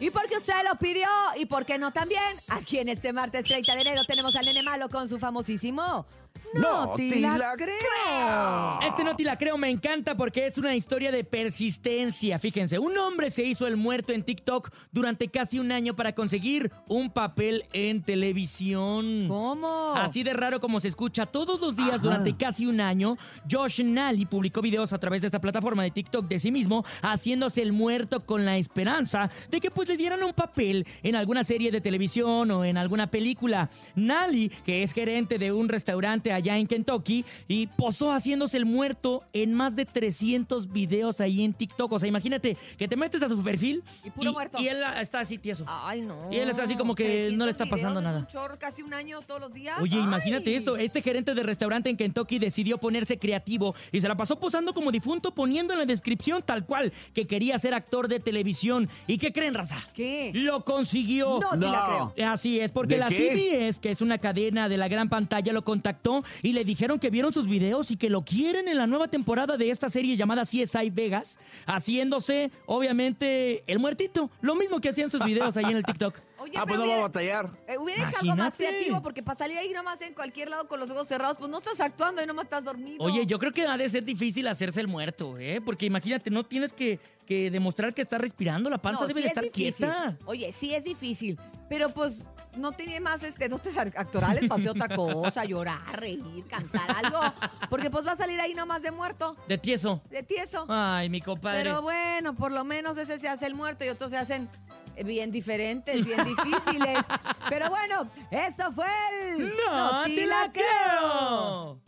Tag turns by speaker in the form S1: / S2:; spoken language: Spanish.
S1: Y porque usted lo pidió, y por qué no también, aquí en este martes 30 de enero tenemos al nene malo con su famosísimo.
S2: No te la
S1: creo.
S3: Este no te la creo, me encanta porque es una historia de persistencia. Fíjense, un hombre se hizo el muerto en TikTok durante casi un año para conseguir un papel en televisión.
S1: ¿Cómo?
S3: Así de raro como se escucha todos los días durante casi un año, Josh Nally publicó videos a través de esta plataforma de TikTok de sí mismo, haciéndose el muerto con la esperanza de que pues le dieran un papel en alguna serie de televisión o en alguna película. Nally, que es gerente de un restaurante allá en Kentucky, y posó haciéndose el muerto en más de 300 videos ahí en TikTok. O sea, imagínate que te metes a su perfil
S1: Y puro muerto.
S3: y él ah, está así tieso.
S1: Ay, no.
S3: Y él está así como que no le está
S1: 300
S3: pasando
S1: videos,
S3: nada.
S1: es un chorro, casi un año todos los días.
S3: Oye,
S1: Ay.
S3: imagínate esto. Este gerente de restaurante en Kentucky decidió ponerse creativo y se la pasó posando como difunto, poniendo en la descripción tal cual que quería ser actor de televisión. ¿Y qué creen, raza?
S1: ¿Qué?
S3: Lo consiguió.
S1: No, te la creo.
S2: No.
S3: Así es, porque
S2: ¿De
S3: la
S2: qué?
S3: CBS, que es una cadena de la gran pantalla, lo contactó y le dijeron que vieron sus videos y que lo quieren en la nueva temporada de esta serie llamada CSI Vegas, haciéndose, obviamente, el muertito. Lo mismo que hacían sus videos ahí en el TikTok.
S1: Oye,
S2: Ah, pues
S1: pero
S2: no va a
S1: hubiera-
S2: batallar.
S1: eh, hubiera hecho algo más
S3: Imagínate.
S1: creativo, porque para salir ahí nomás en cualquier lado con los ojos cerrados, pues no estás actuando y nomás estás dormido.
S3: Oye, yo creo que ha de ser difícil hacerse el muerto, ¿eh? Porque imagínate, no tienes que, que demostrar que estás respirando, la panza
S1: No,
S3: debe
S1: sí
S3: de
S1: es
S3: estar
S1: difícil.
S3: quieta.
S1: Oye, sí es difícil, pero pues no tiene más este dotes ar- actorales para hacer otra cosa, llorar, reír, cantar algo, porque pues va a salir ahí nomás de muerto,
S3: De tieso.
S1: de tieso.
S3: Ay, mi compadre.
S1: Pero bueno, por lo menos ese se hace el muerto y otros se hacen eh, bien diferentes, bien difíciles. Pero bueno, esto fue el
S3: ¡No,
S1: Noti
S3: te la creo!